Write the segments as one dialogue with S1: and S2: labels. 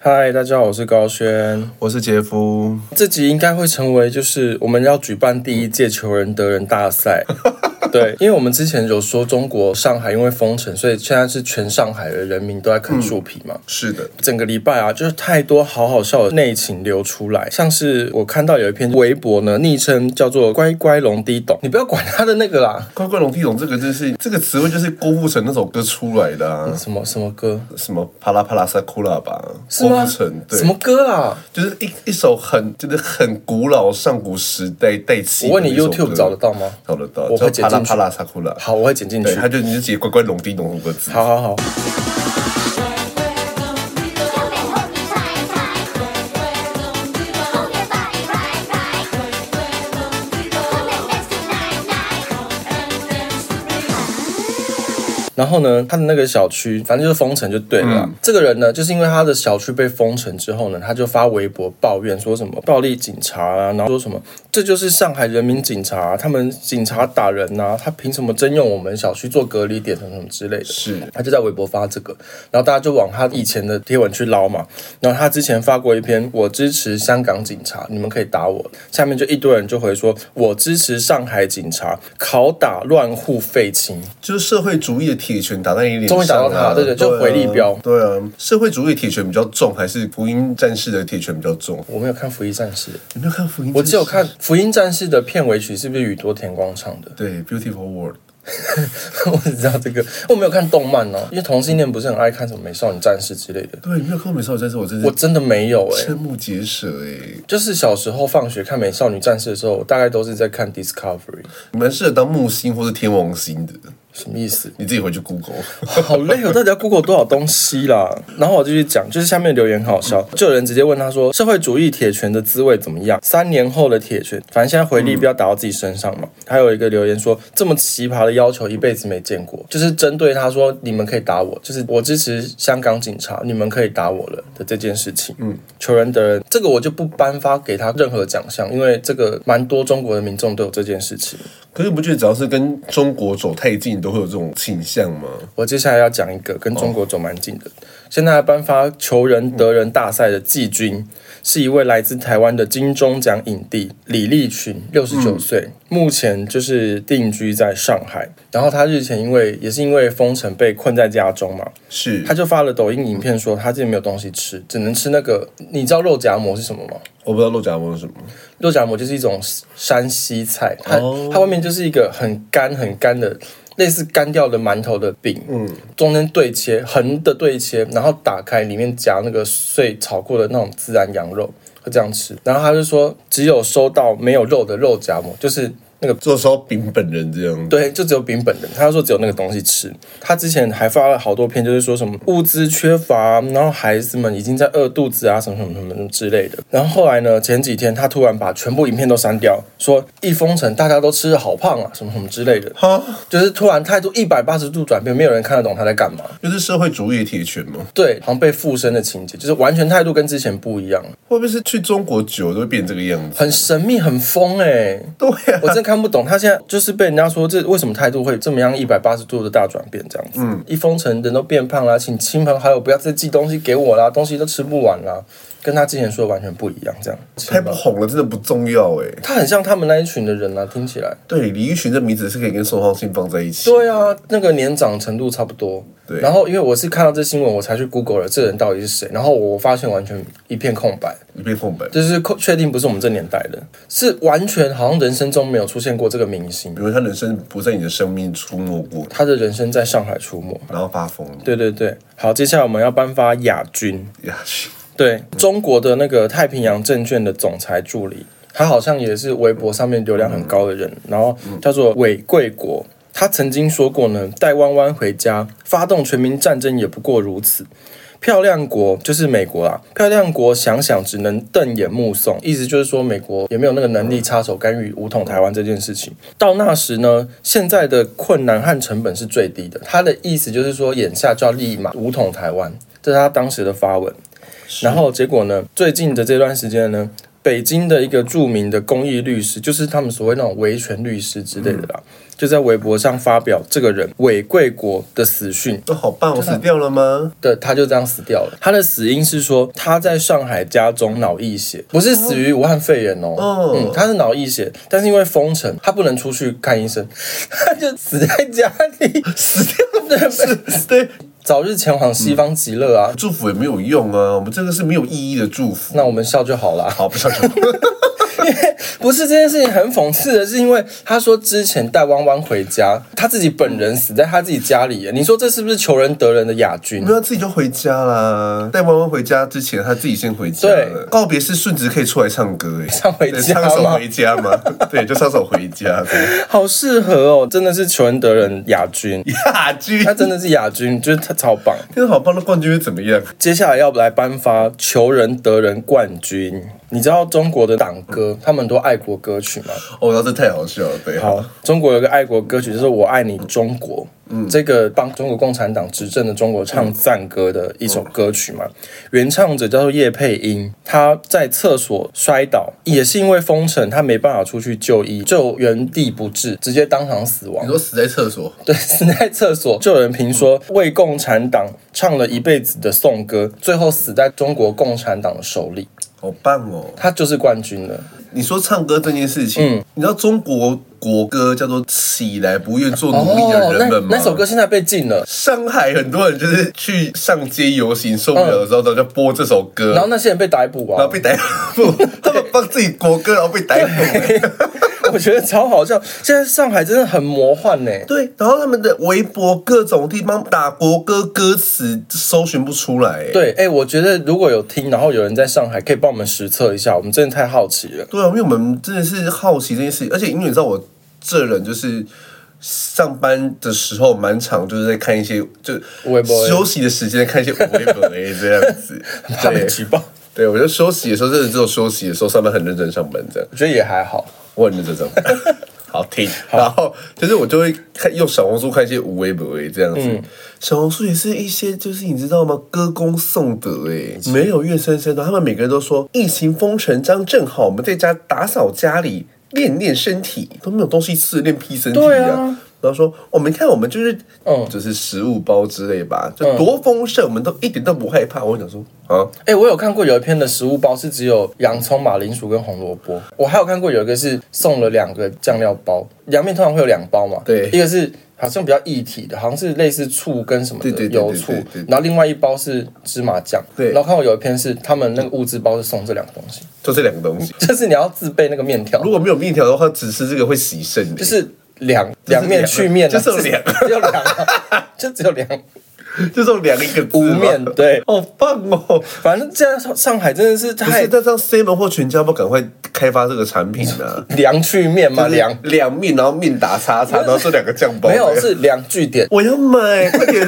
S1: 嗨，大家好，我是高轩。
S2: 我是杰夫，
S1: 这集应该会成为就是我们要举办第一届求人得人大 赛。对，因为我们之前有说中国上海因为封城，所以现在是全上海的人民都在啃树皮嘛。
S2: 是的，
S1: 整个礼拜啊，就是太多好好笑的内情流出来，像是我看到有一篇微博呢，昵称叫做“乖乖龙滴懂”，你不要管他的那个啦，
S2: 乖乖龙地龙这个就是这个词汇，就是郭富城那首歌出来的啊，
S1: 什么什么歌，
S2: 什么啪啦啪啦萨库拉吧，
S1: 是
S2: 郭
S1: 吗
S2: 富城？对
S1: 什，么歌啦？
S2: 就是一一首很就是很古老上古时代带起。
S1: 我问你 YouTube 找得到吗？
S2: 找得到，
S1: 我会
S2: 叫啪
S1: 剪进
S2: 啦
S1: 去
S2: 啪啦萨库拉。
S1: 好，我会剪进去
S2: 对，。他就你就直接乖乖龙地龙五个字。
S1: 好好好，
S3: 又得哄你猜猜，哄你拜拜拜，哄你 dance tonight night。
S1: 然后呢，他的那个小区，反正就是封城就对了啦、这个人呢，就是因为他的小区被封城之后呢，他就发微博抱怨说什么暴力警察啊，然后说什么这就是上海人民警察、他们警察打人呐、他凭什么征用我们小区做隔离点什么什么之类的。
S2: 是
S1: 他就在微博发这个，然后大家就往他以前的贴文去捞嘛。然后他之前发过一篇“我支持香港警察，你们可以打我”，下面就一堆人就回说“我支持上海警察，拷打乱户废青”。
S2: 就是社会主义的铁拳打在你脸上、啊，
S1: 终于打到他对对就
S2: 啊
S1: 回力镖
S2: 对啊，社会主义铁拳比较重，还是福音战士的铁拳比较重？
S1: 我没有看《福音战士》，
S2: 有没有看福音？
S1: 我只有看《福音战士》的片尾曲是不是宇多田光唱的？
S2: 对《Beautiful World》。
S1: 我只知道这个，我没有看动漫哦、因为同性恋不是很爱看什么《美少女战士》之类的，
S2: 对，你没有看过《美少女战士》，我真
S1: 我
S2: 是
S1: 真的没有哎、
S2: 瞠目结舌哎、
S1: 就是小时候放学看《美少女战士》的时候，我大概都是在看 Discovery，
S2: 你蛮适合当木星或是天王星的，
S1: 什么意思？
S2: 你自己回去 Google。
S1: 好累哦，到底要 Google 多少东西啦？然后我继续讲，就是下面留言很好笑，就有人直接问他说：“社会主义铁拳的滋味怎么样？”三年后的铁拳，反正现在回力不要打到自己身上嘛。还有一个留言说：“这么奇葩的要求，一辈子没见过。”就是针对他说：“你们可以打我，就是我支持香港警察，你们可以打我了的这件事情。”嗯，求人得人，这个我就不颁发给他任何奖项，因为这个蛮多中国的民众都有这件事情。
S2: 可是你不觉得只要是跟中国走太近，你都会有这种倾向吗？
S1: 我接下来要讲一个跟中国走蛮近的，现在颁发求人得人大赛的季军是一位来自台湾的金钟奖影帝李立群，六十九岁，目前就是定居在上海。然后他日前因为也是因为封城被困在家中嘛，
S2: 是
S1: 他，就发了抖音影片说他自己没有东西吃，只能吃那个你知道肉夹馍是什么吗？
S2: 我不知道肉夹馍是什么，
S1: 肉夹馍就是一种山西菜，它、
S2: 哦
S1: 它外面就是一个很干很干的。类似干掉的馒头的饼，嗯，中间对切，横的对切，然后打开，里面夹那个碎炒过的那种孜然羊肉，会这样吃。然后他就说，只有收到没有肉的肉夹馍，就是那个
S2: 做烧饼本人这样。
S1: 对，就只有饼本人，他说只有那个东西吃。他之前还发了好多篇，就是说什么物资缺乏，然后孩子们已经在饿肚子啊，什么什么什么之类的。然后后来呢，前几天他突然把全部影片都删掉，说一封城大家都吃的好胖啊，什么什么之类的，
S2: 哈，
S1: 就是突然态度一百八十度转变，没有人看得懂他在干嘛。
S2: 就是社会主义的铁拳吗？
S1: 对，好像被附身的情节，就是完全态度跟之前不一样，
S2: 会不会是去中国久了都会变这个样子？
S1: 很神秘，很疯哎、
S2: 对啊呀、
S1: 我真看不懂，他现在就是被人家说这为什么态度会这么样一百八十度的大转变这样子。嗯，一封城人都变胖啦，请亲朋好友不要再寄东西给我啦，东西都吃不完啦，跟他之前说的完全不一样这样。
S2: 太不红了，真的不重要哎。
S1: 他很像他们那一群的人啊，听起来。
S2: 对，李玉群这名字是可以跟宋浩信放在一起。
S1: 对啊，那个年长程度差不多。
S2: 对
S1: 然后因为我是看到这新闻，我才去 Google 了这人到底是谁，然后我发现完全一片空白，
S2: 一片空白。
S1: 就是确确定不是我们这年代的，是完全好像人生中没有出现过这个明星，
S2: 比如他人生不在你的生命出没过，
S1: 他的人生在上海出没。
S2: 然后发疯了。
S1: 对对对，好，接下来我们要颁发亚军，
S2: 呀，去
S1: 对中国的那个太平洋证券的总裁助理，他好像也是微博上面流量很高的人，然后叫做韦贵国。他曾经说过呢，带弯弯回家，发动全民战争也不过如此。漂亮国就是美国啦，漂亮国想想只能瞪眼目送，意思就是说美国也没有那个能力插手干预武统台湾这件事情。到那时呢，现在的困难和成本是最低的。他的意思就是说，眼下就要立马武统台湾，这是他当时的发文。然后结果呢，最近的这段时间呢，北京的一个著名的公益律师，就是他们所谓那种维权律师之类的啦，就在微博上发表这个人韦贵国的死讯。
S2: 都哦好棒，死掉了吗？
S1: 对，他就这样死掉了。他的死因是说他在上海家中脑溢血，不是死于武汉肺炎哦。
S2: 哦
S1: 嗯，他是脑溢血，但是因为封城，他不能出去看医生，他就死在家里， 死掉了。
S2: 对，
S1: 早日前往西方极乐啊！
S2: 祝福也没有用啊，我们这个是没有意义的祝福。
S1: 那我们笑就好啊啦。
S2: 好，不 想说，
S1: 不是这件事情很讽刺的，是因为他说之前带弯弯回家，他自己本人死在他自己家里耶，你说这是不是求人得人的亚军
S2: 没？有啊自己就回家啦。带弯弯回家之前，他自己先回家
S1: 对
S2: 了。告别式顺直可以出来唱歌哎，
S1: 唱回
S2: 对
S1: 家
S2: 唱首
S1: 吗
S2: 回 家嘛，对，就唱首回家。对
S1: 好适合哦，真的是求人得人亚军，
S2: 亚军，
S1: 他真的是亚军，就是他超棒。
S2: 天啊好棒，那冠军会怎么样？
S1: 接下来要来颁发求人得人冠军。你知道中国的党歌，他们很多爱国歌曲吗？
S2: 哦，那这太好笑了，对，
S1: 好，中国有个爱国歌曲，就是《我爱你中国》，嗯，这个帮中国共产党执政的中国唱赞歌的一首歌曲嘛。原唱者叫做叶佩英，她在厕所摔倒，也是因为封城，她没办法出去就医，就原地不治，直接当场死亡
S2: 你。说死在厕所，
S1: 对，死在厕所。就有人评说，为共产党唱了一辈子的颂歌，最后死在中国共产党的手里，
S2: 好棒哦。
S1: 他就是冠军了。
S2: 你说唱歌这件事情，
S1: 嗯
S2: 你知道中国国歌叫做《起来不愿做奴隶的人
S1: 那
S2: 们》吗？
S1: 哦那首歌现在被禁了。
S2: 上海很多人就是去上街游行受不了的时候，嗯然后就播这首歌，
S1: 然后那些人被逮捕啊，
S2: 然后被逮捕， 他们放自己国歌，然后被逮捕。
S1: 我觉得超好笑。现在上海真的很魔幻呢、
S2: 对，然后他们的微博各种地方打国歌歌词搜寻不出来，哎
S1: 对，哎、我觉得如果有听，然后有人在上海，可以帮我们实测一下，我们真的太好奇了。
S2: 对啊，因为我们真的是好奇这件事情，而且因为你知道我这人就是上班的时候蛮常就是在看一些就
S1: 微博
S2: 休息的时间看一些微博 哎这样子，
S1: 怕被
S2: 对
S1: 举报，
S2: 对，我就休息的时候真的只有休息的时候上班很认真上班这样，
S1: 我觉得也还好。
S2: 我很认 真上班。好听，然后就是我就会看用小红书看一些无微博哎这样子，
S1: 嗯
S2: 小红书也是一些就是你知道吗？歌功颂德哎，没有怨声声的，他们每个人都说疫情封城张正好，我们在家打扫家里练练身体，都没有东西吃练屁身体
S1: 对啊
S2: 然后说，我、们看我们就是，
S1: 嗯
S2: 就是食物包之类吧，就多丰盛，我们都一点都不害怕。我想说啊，
S1: 哎、我有看过有一篇的食物包是只有洋葱、马铃薯跟红萝卜。我还有看过有一个是送了两个酱料包，凉面通常会有两包嘛，
S2: 对
S1: 一个是好像比较一体的，好像是类似醋跟什么的
S2: 对对对对
S1: 油醋
S2: 对对对，
S1: 然后另外一包是芝麻酱。
S2: 对
S1: 然后看过有一篇是他们那个物资包是送这两个东西，
S2: 就这两个东西，
S1: 就是你要自备那个面条
S2: 如。果没有面条的话，只吃这个会洗肾的，就欸
S1: 就是凉凉面
S2: 两
S1: 去面啊，
S2: 就是有凉
S1: 只有 凉啊，就只有凉。
S2: 就这种两一个字
S1: 无
S2: 吗
S1: 面对
S2: 好棒哦！
S1: 反正现在上海真的是
S2: 不
S1: 太
S2: 是，那这样 seven 或全家要不要赶快开发这个产品 呢、
S1: 凉去面嘛，
S2: 啊？
S1: 凉
S2: 两面，然后面打 叉叉，然后这两个酱包
S1: 没有是凉据点。
S2: 我要买，快点！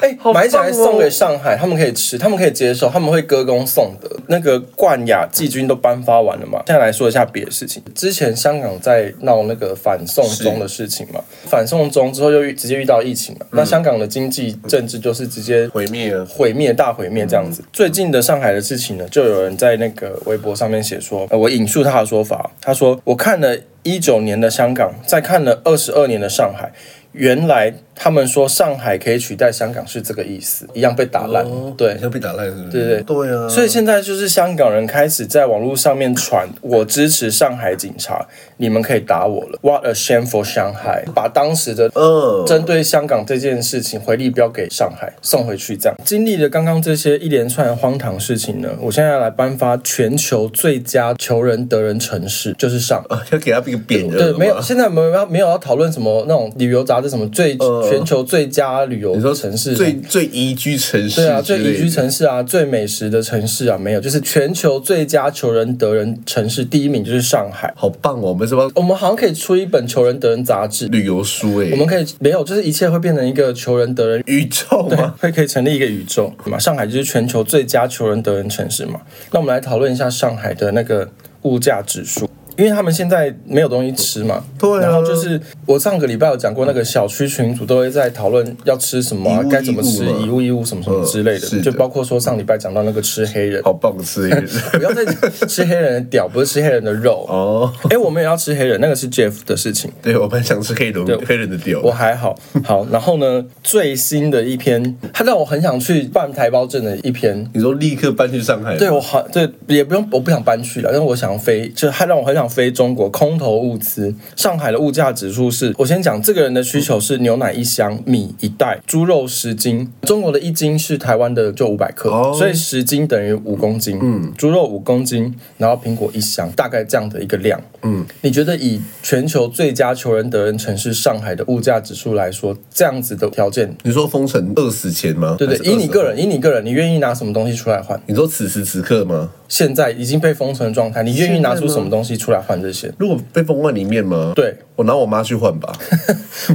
S1: 哎，
S2: 好棒哦
S1: 买起来送给上海，他们可以吃，他们可以接受，他们会歌功颂德。那个冠亚季军都颁发完了嘛？现在来说一下别的事情。之前香港在闹那个反送中的事情嘛，反送中之后又遇直接遇到疫情嘛，
S2: 嗯
S1: 那香港的经济政治就是直接
S2: 毁灭啊！
S1: 毁灭大毁灭这样子。最近的上海的事情呢，就有人在那个微博上面写说，呃，我引述他的说法，他说我看了一九年的香港，再看了二十二年的上海。原来他们说上海可以取代香港是这个意思，一样被打烂。对
S2: 你，哦像被打烂是不是？
S1: 对对
S2: 对啊！
S1: 所以现在就是香港人开始在网络上面传“我支持上海警察，你们可以打我了 ”，What a shame for Shanghai！把当时的
S2: 嗯，
S1: 针对香港这件事情回力标给上海送回去，这样经历了刚刚这些一连串的荒唐事情呢，我现在要来颁发全球最佳求人得人城市，就是上。
S2: 啊 要给他一个匾额
S1: 对，
S2: 吗
S1: 没有，现在没有要没有要讨论什么那种旅游杂志什么最、
S2: 呃
S1: 全球最佳旅游
S2: 你说
S1: 城市，
S2: 最最宜居城市之
S1: 对
S2: 类
S1: 啊，
S2: 的，
S1: 最宜居城市啊，最美食的城市啊，没有，就是全球最佳求人得人城市第一名就是上海。
S2: 好棒哦！我们是帮
S1: 我们好像可以出一本求人得人杂志，
S2: 旅游书哎，
S1: 我们可以没有，就是一切会变成一个求人得人
S2: 宇宙吗？
S1: 会可以成立一个宇宙嘛？上海就是全球最佳求人得人城市嘛？那我们来讨论一下上海的那个物价指数。因为他们现在没有东西吃嘛，
S2: 对啊
S1: 然后就是我上个礼拜有讲过，那个小区群组都会在讨论要吃什么、啊
S2: 遗物、
S1: 该怎么吃
S2: 义务、嘛
S1: 遗物、义物什么什么之类的，
S2: 嗯是的
S1: 就包括说上礼拜讲到那个吃黑人， 哎
S2: 好棒的吃一个
S1: 不要再吃黑人的屌，不是吃黑人的肉。
S2: 哦。
S1: 哎、我们也要吃黑人，那个是 Jeff 的事情。
S2: 对，我蛮想吃黑人黑人的屌。
S1: 我还好，好，然后呢，最新的一篇，它让我很想去办台胞证的一篇。
S2: 你说立刻搬去上海？
S1: 对我好，对也不用，我不想搬去了，因为我想飞，就它让我很想飞中国空投物资。上海的物价指数是，我先讲这个人的需求是牛奶一箱、米一袋、猪肉十斤，中国的一斤是台湾的就五百克，
S2: 哦
S1: 所以十斤等于五公斤，嗯，猪肉五公斤，然后苹果一箱，大概这样的一个量，嗯，你觉得以全球最佳求人得人城市上海的物价指数来说，这样子的条件，
S2: 你说封城二十前吗？
S1: 对不
S2: 还
S1: 对，
S2: 是
S1: 以你个
S2: 20
S1: 人，以你个人，你愿意拿什么东西出来换？
S2: 你说此时此刻吗？
S1: 现在已经被封城的状态，你愿意拿出什么东西出来换这些？
S2: 如果被封在里面吗？
S1: 对，
S2: 我拿我妈去换 吧。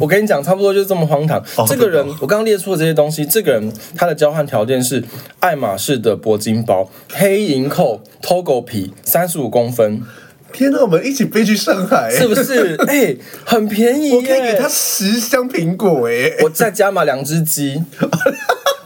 S1: 我跟你讲，差不多就是这么荒唐。
S2: 哦
S1: 这个人
S2: 真的哦，
S1: 我刚刚列出的这些东西，这个人他的交换条件是爱马仕的铂金包、黑银扣、偷狗皮，三十五公分，
S2: 天啊哪，我们一起飞去上海，
S1: 是不？是？ 哎、很便宜耶！
S2: 我可以给她十箱苹果哎、
S1: 我再加码两只 鸡，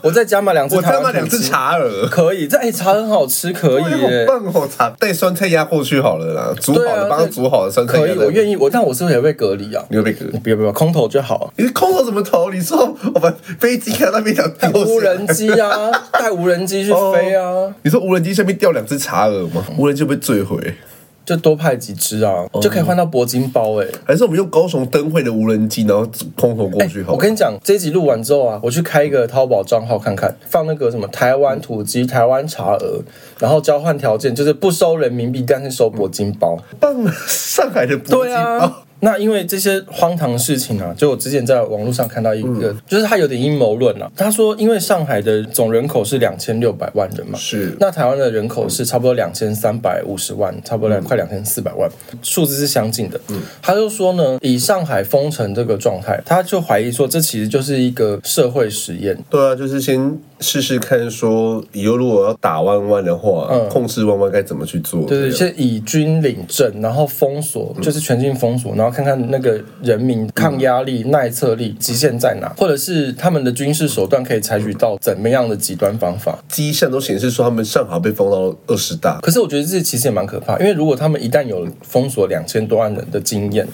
S1: 我再加码两只
S2: 我
S1: 台
S2: 他
S1: 湾土鸡，
S2: 妈两次茶耳。
S1: 可以，这哎、茶很好吃，可以
S2: 哎
S1: 耶。
S2: 好棒哦！茶带酸菜鸭过去好了啦，煮好
S1: 对啊
S2: 了，，帮他煮好了酸菜
S1: 可
S2: 鸭再。
S1: 以，我愿
S2: 意。
S1: 意，我但我是不是也被隔离啊？
S2: 啊你会被割？
S1: 不要不要，空投就好啊。
S2: 你是空投什么头？你说我们飞机看到那 边想掉
S1: 无
S2: 下来
S1: 人机 啊，带无人机去飞啊，
S2: 哦你说无人机下面掉两只茶耳吗？无人机会被坠毁？
S1: 就多派几只啊，就可以换到铂金包哎、
S2: 还是我们用高雄灯会的无人机，然后空投过去
S1: 哎
S2: 好了？
S1: 我跟你讲，这一集录完之后啊，我去开一个淘宝账号看看，放那个什么台湾土鸡、台湾茶鹅，然后交换条件就是不收人民币，但是收铂金包。
S2: 棒！上海的铂金
S1: 对
S2: 包
S1: 啊。那因为这些荒唐的事情啊，就我之前在网络上看到一个，就是他有点阴谋论啊。他说，因为上海的总人口是两千六百万人嘛，
S2: 是
S1: 那台湾的人口是差不多两千三百五十万，差不多两快两千四百万，数字是相近的。他就说呢，以上海封城这个状态，他就怀疑说，这其实就是一个社会实验。
S2: 对啊，就是先试试看，说以后如果要打弯弯的话，
S1: 嗯
S2: 控制弯弯该怎么去做？啊
S1: 对对，
S2: 这样
S1: 先以军领政，然后封锁，就是全境封锁，然后看看那个人民抗压力、耐测力极限在哪，或者是他们的军事手段可以采取到怎么样的极端方法。
S2: 迹象都显示说他们上海被封到二十大，
S1: 可是我觉得这其实也蛮可怕，因为如果他们一旦有封锁两千多万人的经验，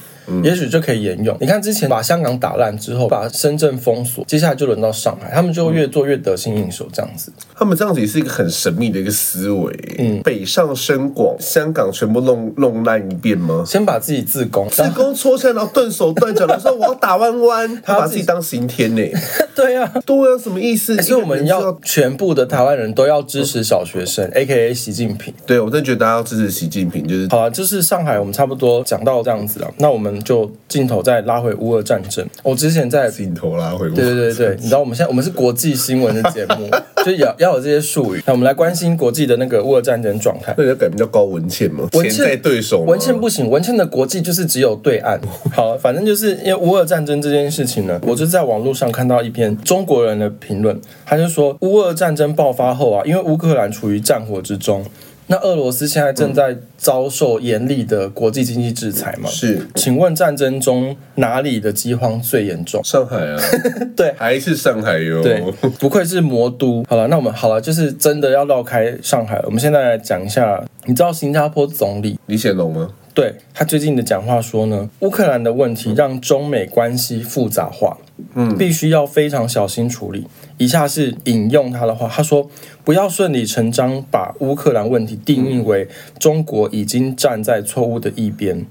S1: 也许就可以沿用。你看之前把香港打烂之后，把深圳封锁，接下来就轮到上海，他们就会越做越得心应手这样子。
S2: 他们这样子也是一个很神秘的一个思维。嗯，北上深广，香港全部弄弄烂一遍 吗？
S1: 先把自己自宫，
S2: 自宫戳下，然后断手断脚，然后说我要打 弯弯，他把自己当刑天呢、
S1: 对啊，
S2: 对啊，什么意思？
S1: 所以我们
S2: 一个
S1: 要
S2: 人知道
S1: 全部的台湾人都要支持小学生，A K A 习近平。
S2: 对我真的觉得大家要支持习近平，就是
S1: 好了，就是上海，我们差不多讲到这样子了。那我们就镜头再拉回乌俄战争。我之前在，对
S2: 镜头拉回我。
S1: 对对 对，你知道我们现在我们是国际新闻的节目， 就要要有这些术语。那我们来关心国际的那个乌俄战争状态。
S2: 那你要改名叫高文倩吗？
S1: 文
S2: 潜在
S1: 倩
S2: 对手吗？
S1: 文倩不行，文倩的国际就是只有对 岸。好，反正就是因为乌俄战争这件事情呢，我就在网络上看到一篇中国人的评论，他就说乌俄战争爆发后啊，因为乌克兰处于战火之中。那俄罗斯现在正在遭受严厉的国际经济制裁嘛？
S2: 嗯是
S1: 请问战争中哪里的饥荒最严重？
S2: 上海啊，
S1: 对
S2: 还是上海哟。
S1: 对，不愧是魔都。好了，那我们好了，就是真的要绕开上海了。我们现在来讲一下，你知道新加坡总理
S2: 李显龙吗？
S1: 对他最近的讲话说呢，乌克兰的问题让中美关系复杂化，嗯，必须要非常小心处理。以下是引用他的话，他说：“不要顺理成章把乌克兰问题定义为中国已经站在错误的一边，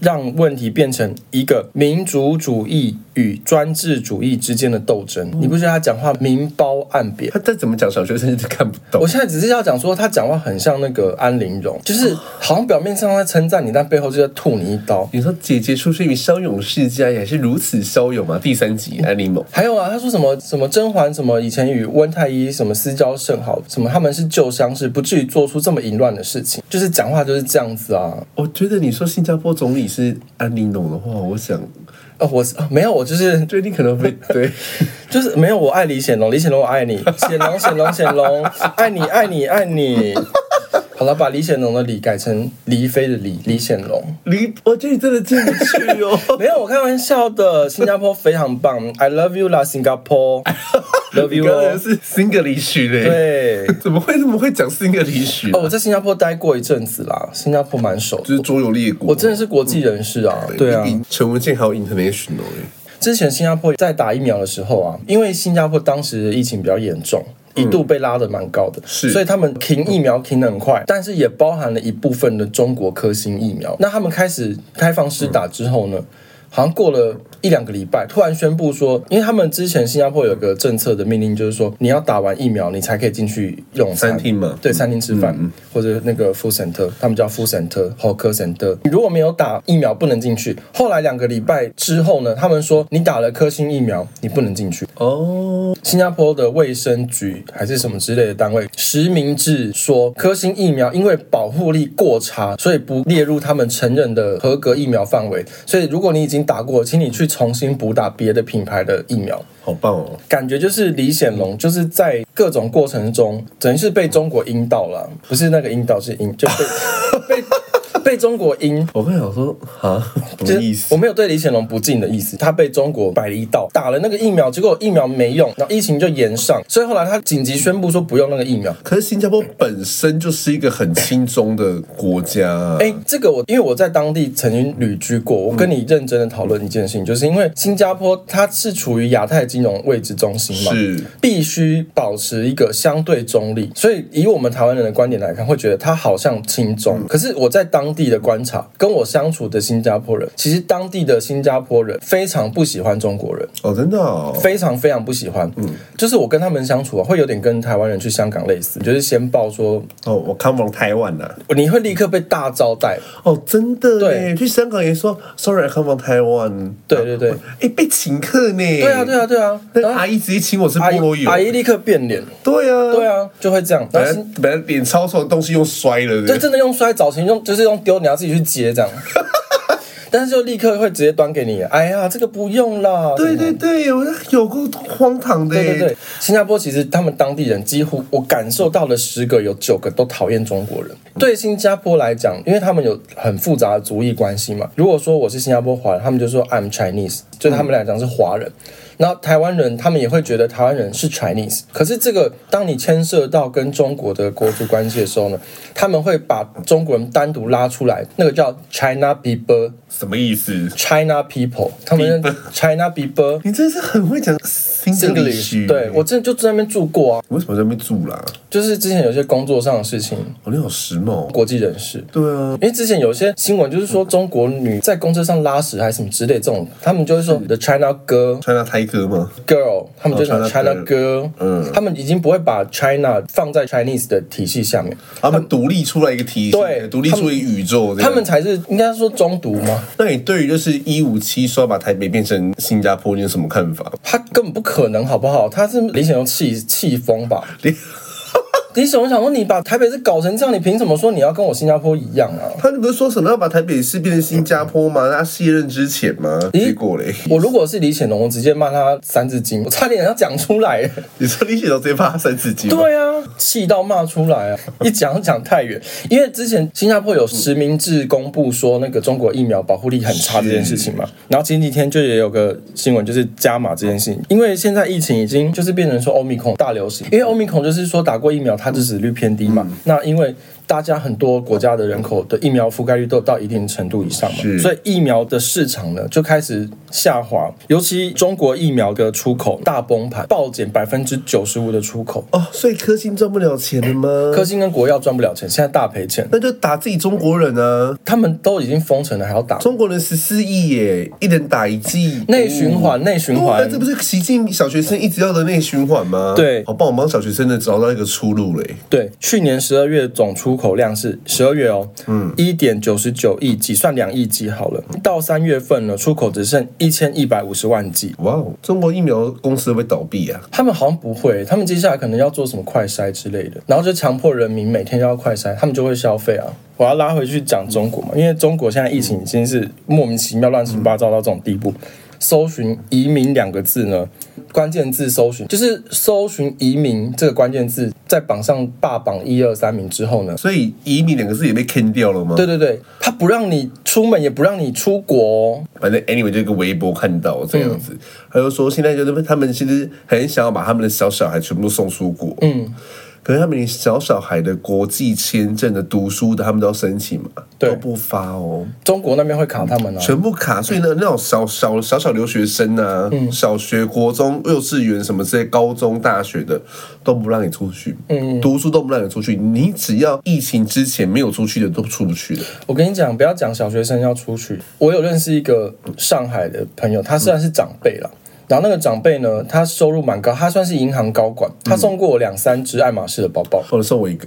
S1: 让问题变成一个民族主义与专制主义之间的斗争。”你不觉得他讲话明褒暗贬？
S2: 他再怎么讲，小学生就看不懂
S1: 我。现在只是要讲说，他讲话很像那个安陵容，就是好像表面上在称赞你，但背后就在吐你一刀。
S2: 你说姐姐出生于骁勇世家，也是如此骁勇吗？第三集安利某，
S1: 还有啊，他说什么什么甄嬛什么以前与温太医什么私交甚好，什么他们是旧相识，不至于做出这么淫乱的事情，就是讲话就是这样子啊。
S2: 我觉得你说新加坡总理是安利农的话，我想
S1: 哦，我是、啊没有，我就是
S2: 最近可能 会对。
S1: 就是没有，我爱李显龙，李显龙我爱你，显龙显龙显龙，爱你爱你爱你。好了，把李显龙的李改成黎飞的李，李显龙。
S2: 你，我觉得你真的进不去 哦。
S1: 没有，我开玩笑的。新加坡非常棒，I love you 啦，Singapore，love
S2: 你
S1: you
S2: 刚才
S1: 哦。
S2: 是 Singlish 嘞，，
S1: 对，
S2: 怎么会这么会讲 Singlish？
S1: 哦，我在新加坡待过一阵子啦，新加坡蛮熟的。
S2: 就是桌游列国，
S1: 我真的是国际人士啊，
S2: 嗯
S1: 对啊。
S2: 比陈文健还有 international 欸
S1: 之前新加坡在打疫苗的时候啊，因为新加坡当时疫情比较严重。一度被拉得蛮高的，
S2: 是
S1: 所以他们停疫苗停得很快，但是也包含了一部分的中国科兴疫苗。那他们开始开放施打之后呢，好像过了一两个礼拜，突然宣布说，因为他们之前新加坡有个政策的命令，就是说你要打完疫苗，你才可以进去用餐
S2: 餐厅嘛嗯
S1: 对，餐厅吃饭、或者那个 food center，他们叫 food center、hawker center。你如果没有打疫苗，不能进去。后来两个礼拜之后呢，他们说你打了科兴疫苗，你不能进去。
S2: 哦，
S1: 新加坡的卫生局还是什么之类的单位实名制说，科兴疫苗因为保护力过差，所以不列入他们承认的合格疫苗范围。所以如果你已经打过，请你去重新补打别的品牌的疫苗。
S2: 好棒哦！
S1: 感觉就是李显龙，就是在各种过程中，等于是被中国阴到了，不是那个阴道，是阴， 就被被被中国阴。
S2: 我刚才想说啊，什么意
S1: 就是
S2: 思
S1: 我？没有对李显龙不敬的意思，他被中国摆了一道，打了那个疫苗，结果疫苗没用，然后疫情就延上，所以后来他紧急宣布说不用那个疫苗。
S2: 可是新加坡本身就是一个很轻松的国家、啊，
S1: 哎、这个我因为我在当地曾经旅居过，我跟你认真的讨论一件事情，就是因为新加坡它是处于亚太金融位置中心嘛，
S2: 是
S1: 必须保持一个相对中立，所以以我们台湾人的观点来看，会觉得它好像轻中。可是我在当地的观察，跟我相处的新加坡人，其实当地的新加坡人非常不喜欢中国人，
S2: 哦，真的哦，
S1: 非常非常不喜欢。嗯，就是我跟他们相处啊，会有点跟台湾人去香港类似，就是先报说
S2: 哦，我 come from 台湾呐、啊
S1: 你会立刻被大招待。
S2: 哦，真的
S1: 对
S2: 耶，去香港也说 sorry，I come from 台湾，
S1: 对对对，
S2: 哎、被请客呢，
S1: 对啊，对啊，对啊。
S2: 那
S1: 然后
S2: 阿姨直接请我吃
S1: 阿
S2: 菠萝
S1: 姨
S2: 油，
S1: 阿姨立刻变脸，
S2: 对啊，
S1: 对，啊，就会这样。但
S2: 本来
S1: 是
S2: 本来脸超丑的东西又摔了，
S1: 对，
S2: 对，
S1: 真的用摔找钱用就是用丢，你要自己去接 这样。但是就立刻会直接端给你，哎呀，这个不用啦。
S2: 对
S1: 什么
S2: 对对，我有够荒唐的，欸
S1: 对对对，，新加坡其实他们当地人几乎我感受到了十个有九个都讨厌中国人。对新加坡来讲，因为他们有很复杂的族裔关系嘛。如果说我是新加坡华人，他们就说 I'm Chinese，就他们来讲是华人。然后台湾人他们也会觉得台湾人是 Chinese，可是这个当你牵涉到跟中国的国族关系的时候呢，他们会把中国人单独拉出来，那个叫 China people。
S2: 什么意思？
S1: China people，他们认 China people
S2: 你真是很会讲 English，
S1: 对我真的就在那边住过啊，
S2: 你为什么在那边住啦？
S1: 就是之前有些工作上的事情，
S2: 哦，你好时髦，
S1: 国际人士。
S2: 对啊，
S1: 因为之前有些新闻就是说中国女在公车上拉屎还是什么之类，这种他们就会说 the China girl
S2: 穿到台哥吗？
S1: girl，他们就讲
S2: 哦
S1: China
S2: ，China
S1: girl，
S2: 嗯
S1: 他们已经不会把 China 放在 Chinese 的体系下面，
S2: 他们独立出来一个体系，
S1: 对
S2: 独立出一个宇宙这样。
S1: 他们才是应该说中毒吗？
S2: 那你对于就是一五七说要把台北变成新加坡，你有什么看法？
S1: 他根本不可能，好不好？他是李显龙气气疯吧？
S2: 你？
S1: 李显龙想说，你把台北市搞成这样，你凭什么说你要跟我新加坡一样啊
S2: 他们不是说什么要把台北市变成新加坡吗？那他卸任之前吗？
S1: 咦
S2: 结果嘞，
S1: 我如果是李显龙，我直接骂他三字经，我差点要讲出来。
S2: 你说李雪龙直接发三字经吗？
S1: 对啊，气到骂出来啊！ 一讲讲太远，因为之前新加坡有实名制公布说那个中国疫苗保护力很差这件事情嘛，然后前几天就也有个新闻，就是加码这件事情，因为现在疫情已经就是变成说欧米孔大流行，因为欧米孔就是说打过疫苗，它致死率偏低嘛，那因为。大家很多国家的人口的疫苗覆盖率都到一定程度以上嘛，
S2: 是
S1: 所以疫苗的市场呢就开始下滑，尤其中国疫苗的出口大崩盘，暴减百分之九十五的出口，
S2: 哦，所以科兴赚不了钱了吗？
S1: 科兴跟国药赚不了钱，现在大赔钱，
S2: 那就打自己中国人啊！
S1: 他们都已经封城了，还要打
S2: 中国人十四亿耶，一人打一剂，
S1: 内循环，内循
S2: 对啊
S1: 环
S2: 这。不是习近小学生一直要的内循环吗？
S1: 对
S2: 好棒，我帮小学生的找到一个出路嘞。
S1: 对，去年十二月总出口量是十二月哦，嗯，一点九十九亿剂，算两亿剂好了。到三月份呢，出口只剩一千一百五十万剂。
S2: 哇哦，中国疫苗公司会不会倒闭啊？
S1: 他们好像不会，他们接下来可能要做什么快筛之类的，然后就强迫人民每天要快筛，他们就会消费啊。我要拉回去讲中国嘛，因为中国现在疫情已经是莫名其妙乱七八糟到这种地步。搜寻“移民”两个字呢，关键字搜寻就是搜寻“移民”这个关键字，在榜上霸榜一二三名之后呢，
S2: 所以移民两个字也被坑掉了吗？
S1: 对，对对，他不让你出门，也不让你出国哦、
S2: 反正 anyway 就一个微博看到这样
S1: 嗯
S2: 子，他就说现在就是他们其实很想要把他们的小小孩全部都送出国，嗯，可是他们连小小孩的国际签证的读书的他们都要申请嘛，
S1: 对
S2: 都不发哦，
S1: 中国那边会卡他们哦、
S2: 全部卡，所以呢，那种小小小小留学生啊，
S1: 嗯
S2: 小学、国中、幼稚园什么之类，高中、大学的都不让你出去，嗯，读书都不让你出去，你只要疫情之前没有出去的都出不去的，
S1: 我跟你讲，不要讲小学生要出去。我有认识一个上海的朋友，他虽然是长辈了，然后那个长辈呢，他收入蛮高，他算是银行高管，他送过我两三只爱马仕的包包。
S2: 或者送我一个，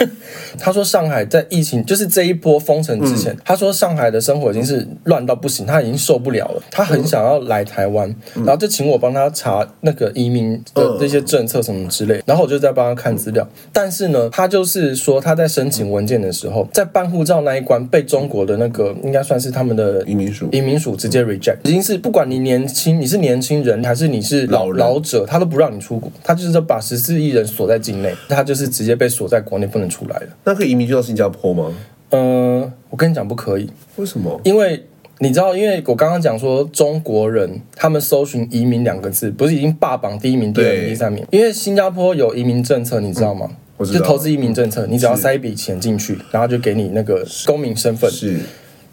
S1: 他说上海在疫情，就是这一波封城之
S2: 嗯
S1: 前，他说上海的生活已经是乱到不行，他已经受不了了，他很想要来台湾，然后就请我帮他查那个移民的
S2: 嗯
S1: 这些政策什么之类，然后我就在帮他看资料。但是呢，他就是说他在申请文件的时候，在办护照那一关被中国的那个应该算是他们的
S2: 移民署
S1: 移民署直接 reject，已经是不管你年轻，你是年轻人还是你是老
S2: 老人
S1: 老者，他都不让你出国，他就是把十四亿人锁在境内，他就是直接被锁在国内不能出来了。
S2: 那可以移民就到新加坡吗？
S1: 呃，我跟你讲不可以，
S2: 为什么？
S1: 因为你知道，因为我刚刚讲说中国人他们搜寻移民两个字，不是已经霸榜第一名、第二名、
S2: 对
S1: 第三名？因为新加坡有移民政策，你知道吗？
S2: 嗯我知
S1: 就
S2: 道
S1: 投资移民政策，你只要塞一笔钱进去，然后就给你那个公民身份。
S2: 是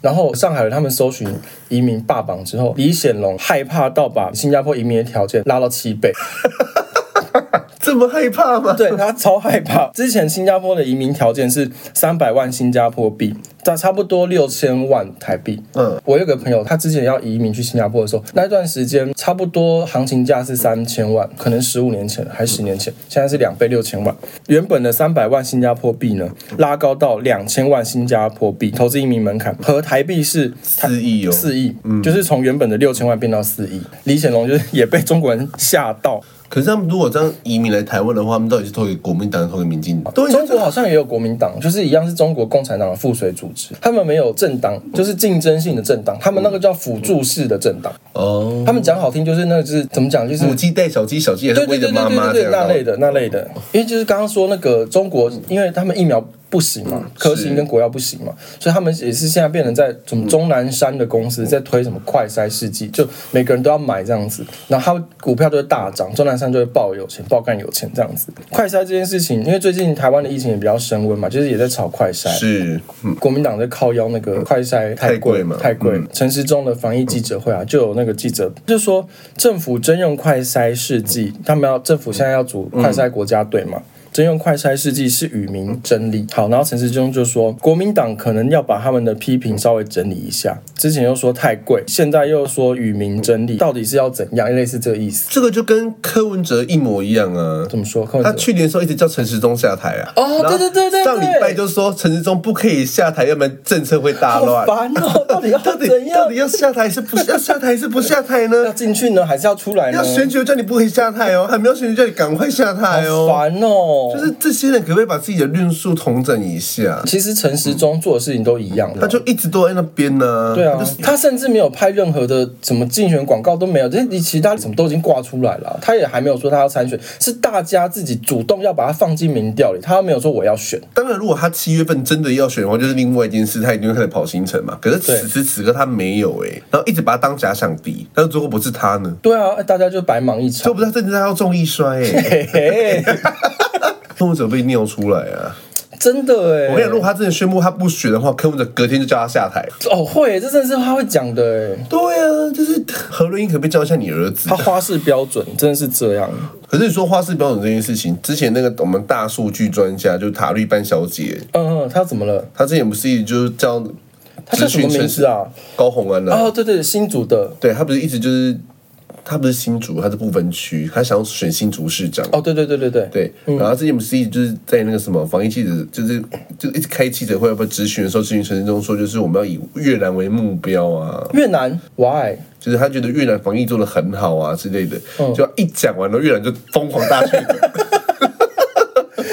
S1: 然后上海人他们搜寻移民霸榜之后，李显龙害怕到把新加坡移民的条件拉到七倍，
S2: 这么害怕 吗？
S1: 对他超害怕。之前新加坡的移民条件是三百万新加坡币，差差不多六千万台币。
S2: 嗯，
S1: 我有个朋友，他之前要移民去新加坡的时候，那段时间差不多行情价是三千万，可能十五年前还十年前，现在是两倍六千万。原本的三百万新加坡币呢，拉高到两千万新加坡币，投资移民门槛和台币是
S2: 四亿哦，
S1: 四亿，就是从原本的六千万变到四亿。李显龙就是也被中国人吓到，
S2: 可是他们如果这样移民来台湾的话，他们到底是投给国民党，还是投给民进党？对，
S1: 中国好像也有国民党，就是一样是中国共产党的附随组织，他们没有政党，就是竞争性的政党，他们那个叫辅助式的政党，
S2: 哦，
S1: 他们讲好听就是那个就是怎么讲就是。
S2: 母鸡带小鸡，小鸡也是
S1: 对
S2: 为
S1: 对
S2: 了
S1: 对对
S2: 妈妈这
S1: 对对，
S2: 样哦
S1: 那类
S2: 的。
S1: 的那类的，因为就是刚刚说那个中国，因为他们疫苗不行嘛，
S2: 嗯
S1: 科兴跟国药不行嘛，所以他们也是现在变成在什么钟南山的公
S2: 嗯
S1: 司在推什么快筛试剂，就每个人都要买这样子，然后他们股票就会大涨，钟南山就会爆有钱，爆干有钱这样子。快筛这件事情，因为最近台湾的疫情也比较升温嘛，就是也在炒快筛，
S2: 是，嗯，
S1: 国民党在靠腰那个快筛太
S2: 太贵嘛嗯
S1: 太贵。陈时中的防疫记者会啊，就有那个记者就说，政府征用快筛试剂，他们要政府现在要组
S2: 嗯
S1: 快筛国家队嘛。征用快筛试剂是与民争利。好，然后陈时中就说，国民党可能要把他们的批评稍微整理一下，之前又说太贵，现在又说与民争利，到底是要怎样？类似这个意思。
S2: 这个就跟柯文哲一模一样啊。
S1: 怎么说？柯文哲
S2: 他去年的时候一直叫陈时中下台啊。
S1: 哦
S2: 然
S1: 对
S2: 后
S1: 对对对对
S2: 上礼拜就说陈时中不可以下台，要不然政策会大
S1: 好
S2: 乱。
S1: 烦哦，到底要
S2: 到底
S1: 怎样嗯
S2: 到？底要下台是不 要下台是不下台
S1: 要
S2: 呢？
S1: 进去呢，还是要出来呢？
S2: 要选举就叫你不可以下台哦，还没有选举叫你赶快下台
S1: 好
S2: 哦。
S1: 烦哦，
S2: 就是这些人可不可以把自己的论述统整一下？
S1: 其实陈时中做的事情都一样的，
S2: 他就一直都在那边呢、
S1: 对啊
S2: 他就是，
S1: 他甚至没有拍任何的什么竞选广告都没有，这其他什么都已经挂出来了，他也还没有说他要参选，是大家自己主动要把他放进民调里，他没有说我要选，
S2: 当然，如果他七月份真的要选的话，就是另外一件事，他一定会开始跑行程嘛。可是
S1: 对
S2: 此时此刻他没有哎、然后一直把他当假想敌。但是如果不是他呢？
S1: 对啊，大家就白忙一
S2: 就
S1: 场，
S2: 不是他真的要中一衰 哎、
S1: 嘿
S2: 欸，
S1: 嘿，
S2: 柯文哲被尿出来啊！
S1: 真的哎，
S2: 我跟你讲，如果他真的宣布他不选的话，柯文哲隔天就叫他下台。
S1: 哦会，这真的是他会讲的哎，
S2: 对啊，就是何润英可不可以叫一下你儿子
S1: 他？花式标准真的是这样，
S2: 可是你说花式标准这件事情，之前那个我们大数据专家就是塔利班小姐，
S1: 嗯嗯，他怎么了？
S2: 她之前不是一直就是叫
S1: 他叫什么
S2: 资讯
S1: 名
S2: 城
S1: 字啊？
S2: 高红安的、
S1: 哦，对对，新竹的，
S2: 对他不是一直就是，他不是新竹，他是不分区，他想要选新竹市长。
S1: 哦对对对对对，
S2: 对，然后之前不是一直就是在那个什么防疫记者，就是就一直开记者会，要不质询的时候，质询陈时中说，就是我们要以越南为目标啊，
S1: 越南 why？
S2: 就是他觉得越南防疫做的很好啊之类的，就一讲完了，越南就疯狂大去。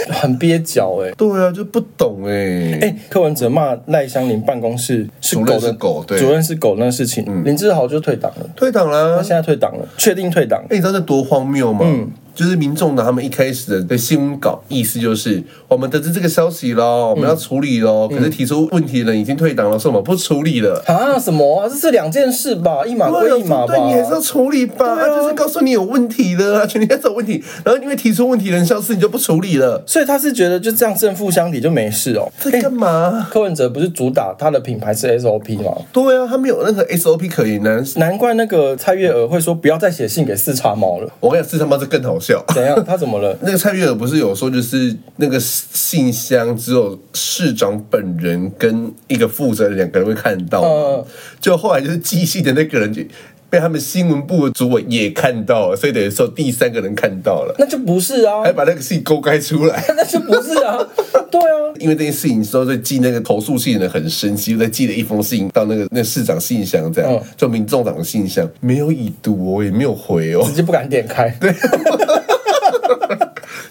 S1: 很憋脚哎、欸。
S2: 对啊，就不懂哎、
S1: 哎、柯文哲骂赖香林办公室是
S2: 主
S1: 狗
S2: 任
S1: 的
S2: 是狗对嗯
S1: 主任是狗那事情，林志豪就退党了，
S2: 退党啦、
S1: 他现在退党了，确定退党。
S2: 哎、你知道这多荒谬吗？就是民众党他们一开始的的新闻稿意思就是，我们得知这个消息喽，我们要处理喽。可是提出问题的人已经退党了，所以我们不处理了。
S1: 啊，什么啊？这是两件事吧，一码归一码吧。
S2: 对，啊你还是要处理吧。
S1: 对啊
S2: 他就是告诉你有问题的啊， 全体都有问题，然后因为提出问题的人消失，你就不处理了，
S1: 所以他是觉得就这样正负相抵就没事哦。
S2: 这干嘛？
S1: 柯文哲不是主打他的品牌是 SOP 吗？
S2: 对啊，他没有任何 SOP 可言啊呢。
S1: 难怪那个蔡月娥会说不要再写信给四叉猫了。
S2: 我跟你讲，四他妈这更好笑。
S1: 怎样？他怎么了？
S2: 那个蔡月娥不是有说，就是那个信箱只有市长本人跟一个负责人两个人会看到吗，
S1: 嗯
S2: 就后来就是寄信的那个人就被他们新闻部的主委也看到了，所以等于说第三个人看到了，
S1: 那就不是啊
S2: 还，把那个信公开出来。
S1: 那就不是啊，对啊。
S2: 因为这件事情之后，就寄那个投诉信的人很生气，又再寄了一封信到那个那市长信箱，这样、
S1: 嗯
S2: 就民众党的信箱没有已读哦，也没有回哦
S1: 直，接不敢点开，对，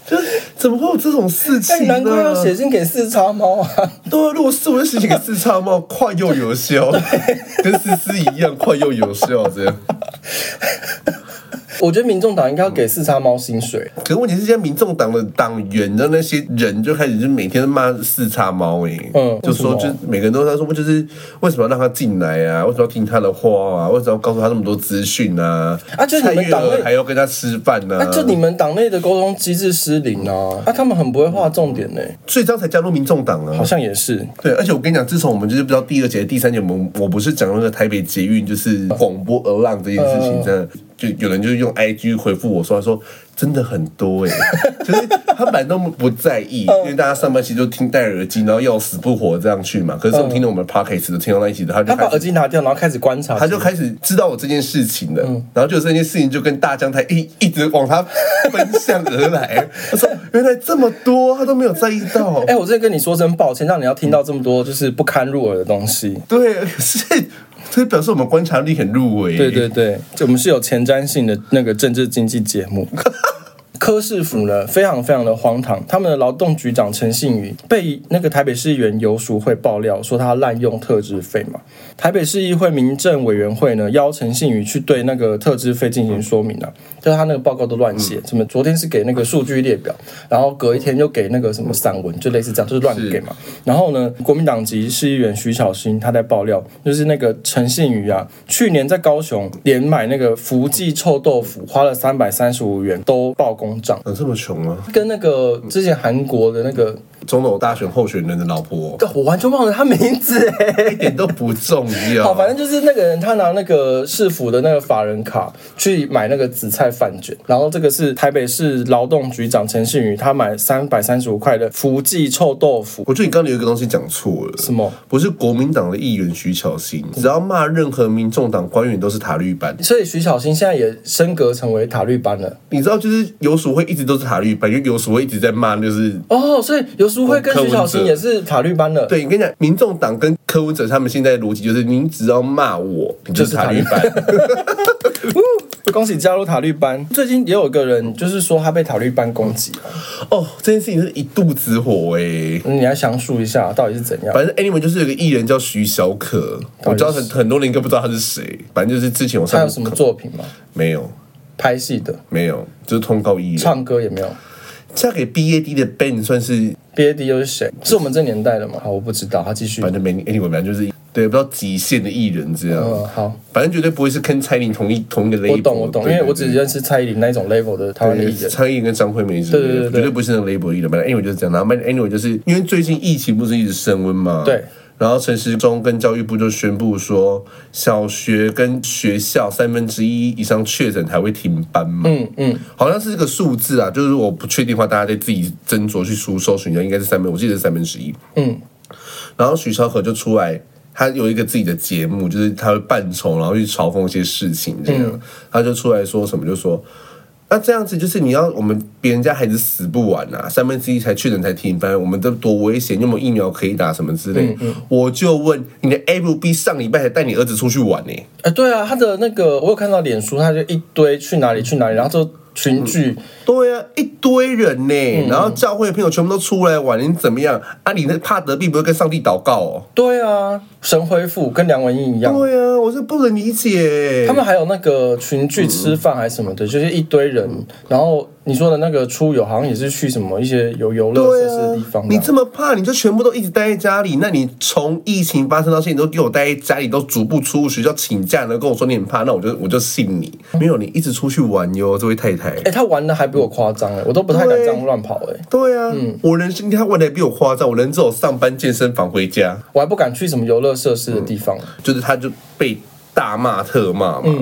S2: 就是怎么会有这种事情呢、
S1: 哎难怪要写信给四叉猫啊！
S2: 对啊，如果是我就写给四叉猫，快又 有效，跟思思一样快又有效这样。
S1: 我觉得民众党应该要
S2: 嗯
S1: 给四叉猫薪水，
S2: 可是问题是，现在民众党的党员的那些人就开始就每天都骂四叉猫哎、
S1: 嗯
S2: 就说
S1: 为
S2: 就
S1: 什么
S2: 是每个人都在说，不就是为什么要让他进来啊？为什么要听他的话啊？为什么要告诉他那么多资讯啊？
S1: 啊就是
S2: 蔡
S1: 你们
S2: 月
S1: 党内
S2: 娥还要跟他吃饭啊呢、
S1: 那、就你们党内的沟通机制失灵啊！啊，他们很不会划重点呢、
S2: 所以这样才加入民众党啊
S1: 好。像也是。
S2: 对，而且我跟你讲，自从我们就是不知道第二节、第三节，我们我不是讲那个台北捷运就是广播而浪这件事情，
S1: 嗯
S2: 真的就有人就用 IG 回复我说，他说真的很多哎、就是他本来都不在意，
S1: 嗯
S2: 因为大家上班其实就听戴耳机，然后要死不活这样去嘛。可是这种听到我们 podcast 的听到那一起的，他就
S1: 嗯他把
S2: 开
S1: 耳
S2: 始。
S1: 机拿掉，然后开始观察，
S2: 他就开始知道我这件事情了，
S1: 嗯
S2: 然后就这件事情就跟大江台一一直往他奔向而来。他说：“原来这么多，他都没有在意到。
S1: 哎、我真的跟你说声抱歉，让你要听到这么多就是不堪入耳的东西。
S2: 对，是，所以表示我们观察力很入围。
S1: 对对对，就我们是有前瞻性的那个政治经济节 目。柯市府呢，非常非常的荒唐。他们的劳动局长陈信宇被那个台北市议员游淑慧爆料说他滥用特支费嘛。台北市议会民政委员会呢，邀陈信宇去对那个特支费进行说明啊，就是他那个报告都乱写，什么昨天是给那个数据列表，然后隔一天又给那个什么散文，就类似这样，就是乱
S2: 是
S1: 给嘛。然后呢，国民党籍市议员徐巧芯他在爆料，就是那个陈信宇啊，去年在高雄连买那个福记臭豆腐花了三百三十五元，都报公账。
S2: 有这么穷吗？
S1: 跟那个之前韩国的那个，
S2: 总统大选候选人的老婆
S1: 我完全忘了他名字哎、
S2: 一点都不重要。
S1: 好，反正就是那个人，他拿那个市府的那个法人卡去买那个紫菜饭卷，然后这个是台北市劳动局长陈信宇，他买三百三十五块的福记臭豆腐，
S2: 我觉得你刚刚有一个东西讲错了。
S1: 什么？
S2: 不是国民党的议员徐巧芯，只要骂任何民众党官员都是塔绿班。
S1: 所以徐小新现在也升格成为塔绿班了。
S2: 你知道，就是游淑慧一直都是塔绿班，因为游淑慧一直在骂，就是
S1: 哦，所以游淑慧跟
S2: 柯文
S1: 徐小
S2: 哲
S1: 新也是塔绿班的。，
S2: 对你跟你讲，民众党跟柯文哲他们现在的逻辑就是，您只要骂我，你就是塔绿班。
S1: 恭喜加入塔绿班。最近也有一个人就是说他被塔绿班攻击了，
S2: 哦，这件事情是一肚子火哎、
S1: 你来详述一下到底是怎样？
S2: 反正 anyway 就是有个艺人叫徐小可，我知道很很多人应该不知道他是谁，反正就是之前我
S1: 他
S2: 上
S1: 有什么作品吗？
S2: 没有
S1: 拍戏的，
S2: 没有，就是通告艺人。
S1: 唱歌也没有。
S2: 嫁给 BAD 的 Ben 算是
S1: B A D 又是谁？是我们这年代的吗？好，我不知道。他继续。
S2: 反正没 anyway 反正就是对不知道极限的艺人这样，
S1: 嗯，好，
S2: 反正绝对不会是跟蔡琳同一同一个 level 对。
S1: 我懂我懂，因为我只认识蔡依林那一种 level 的台湾的艺
S2: 对，
S1: 人。
S2: 蔡依林跟张惠妹之
S1: 对
S2: 类
S1: 对
S2: 的，
S1: 对对
S2: 绝对不是那个 label 艺人。反正 anyway 就是这样，然后 anyway 就是因为最近疫情不是一直升温嘛，
S1: 对。
S2: 然后陈时中跟教育部就宣布说，小学跟学校三分之一以上确诊才会停班嘛。嗯嗯，好像是这个数字啊，就是我不确定的话，大家得自己斟酌去搜搜寻一下，应该是三分，我记得是三分之一。
S1: 嗯，
S2: 然后许绍可就出来，他有一个自己的节目，就是他会扮丑，然后去嘲讽一些事情这样。
S1: 嗯
S2: 他就出来说什么，就说那这样子就是你要我们别人家孩子死不完啊，三分之一才确诊才停班，我们这多危险，有没有疫苗可以打什么之
S1: 嗯
S2: 类。我就问你的 FB 上礼拜才带你儿子出去玩呢、嗯
S1: 哎，对啊，他的那个我有看到脸书，他就一堆去哪里去哪里，然后就群聚，
S2: 对啊，一堆人呢、
S1: 嗯
S2: 然后教会的朋友全部都出来玩，你怎么样？啊，你那怕得病不会跟上帝祷告哦？
S1: 对啊，神恢复跟梁文音一样，
S2: 对啊，我是不能理解。
S1: 他们还有那个群
S2: 嗯
S1: 聚吃饭还是什么的，就是一堆人，然后你说的那个出游好像也是去什么一些有游乐
S2: 对
S1: 设施的地
S2: 啊
S1: 方，，
S2: 你这么怕，你就全部都一直待在家里。那你从疫情发生到现在，你都给我待在家里，都足不出户，学校请假，然后跟我说你很怕，那我就我就信你。没有，你一直出去玩哟，这位太太。
S1: 哎、他玩的还比我夸张哎，我都不太敢这样乱跑哎、
S2: 对啊，我人生他玩的比我夸张，我人只有上班、健身房、回家，
S1: 我还不敢去什么游乐设施的地方。
S2: 就是他就被大骂特骂嘛。